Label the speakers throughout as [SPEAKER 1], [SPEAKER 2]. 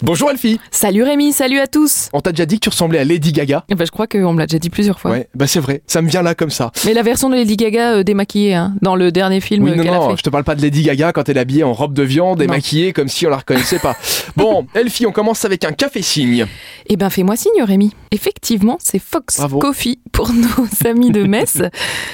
[SPEAKER 1] Bonjour Elfie
[SPEAKER 2] Salut Rémi, salut à tous
[SPEAKER 1] On t'a déjà dit que tu ressemblais à Lady Gaga
[SPEAKER 2] Eh ben, Je crois qu'on me l'a déjà dit plusieurs fois.
[SPEAKER 1] Ouais, bah c'est vrai, ça me vient là comme ça.
[SPEAKER 2] Mais la version de Lady Gaga euh, démaquillée, hein, dans le dernier film
[SPEAKER 1] Oui,
[SPEAKER 2] euh,
[SPEAKER 1] non,
[SPEAKER 2] qu'elle a
[SPEAKER 1] non,
[SPEAKER 2] fait.
[SPEAKER 1] je te parle pas de Lady Gaga quand elle est habillée en robe de viande et
[SPEAKER 2] Non.
[SPEAKER 1] maquillée comme si on la reconnaissait pas. Bon, Elfie, on commence avec un café signe.
[SPEAKER 2] Eh ben fais-moi signe Rémi. Effectivement, c'est Fox
[SPEAKER 1] Bravo.
[SPEAKER 2] Coffee pour nos amis de Metz,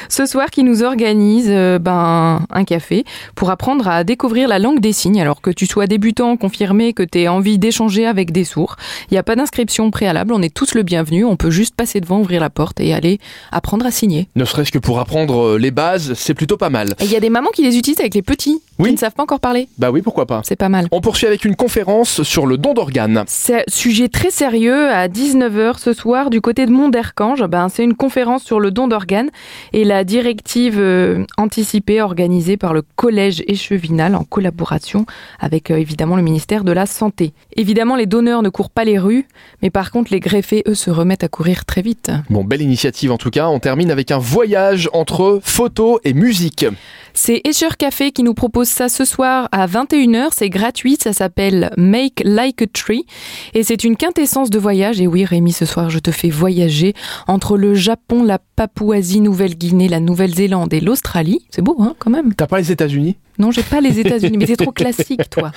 [SPEAKER 2] ce soir qui nous organise euh, ben, un café pour apprendre à découvrir la langue des signes. Alors que tu sois débutant, confirmé, que tu aies envie d'échanger avec des sourds, il n'y a pas d'inscription préalable, on est tous le bienvenu, on peut juste passer devant, ouvrir la porte et aller apprendre à signer.
[SPEAKER 1] Ne serait-ce que pour apprendre euh, les bases, c'est plutôt pas mal.
[SPEAKER 2] Et il y a des mamans qui les utilisent avec les petits,
[SPEAKER 1] Oui.
[SPEAKER 2] qui ne savent pas encore parler.
[SPEAKER 1] Bah oui, pourquoi pas.
[SPEAKER 2] C'est pas mal.
[SPEAKER 1] On poursuit avec une conférence sur le don d'organes.
[SPEAKER 2] C'est un sujet très sérieux à 19h ce soir du côté de Mont-Dercange. Ben, c'est une conférence sur le don d'organes et la directive euh, anticipée organisée par le Collège Échevinal en collaboration avec euh, évidemment le ministère de la Santé. Évidemment, les donneurs ne courent pas les rues, mais par contre, les greffés, eux, se remettent à courir très vite.
[SPEAKER 1] Bon, belle initiative en tout cas. On termine avec un voyage entre photo et musique.
[SPEAKER 2] C'est Escher Café qui nous propose ça ce soir à 21h. C'est gratuit, ça s'appelle Make Like a Tree. Et c'est une quintessence de voyage. Et oui, Rémi, ce soir, je te fais voyager entre le Japon, la Papouasie, Nouvelle-Guinée, la Nouvelle-Zélande et l'Australie. C'est beau, hein, quand même.
[SPEAKER 1] T'as pas les États-Unis
[SPEAKER 2] Non, j'ai pas les États-Unis, mais c'est trop classique, toi.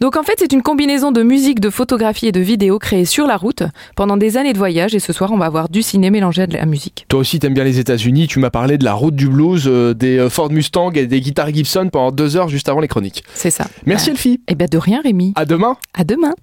[SPEAKER 2] Donc en fait, c'est une combinaison de musique, de photographie et de vidéos créées sur la route pendant des années de voyage. Et ce soir, on va avoir du ciné mélangé à de la musique.
[SPEAKER 1] Toi aussi, t'aimes bien les États-Unis. Tu m'as parlé de la route du blues, euh, des euh, Ford Mustang et des guitares Gibson pendant deux heures juste avant les chroniques.
[SPEAKER 2] C'est ça.
[SPEAKER 1] Merci Elfie.
[SPEAKER 2] Eh bien, de rien, Rémi.
[SPEAKER 1] À demain.
[SPEAKER 2] À demain.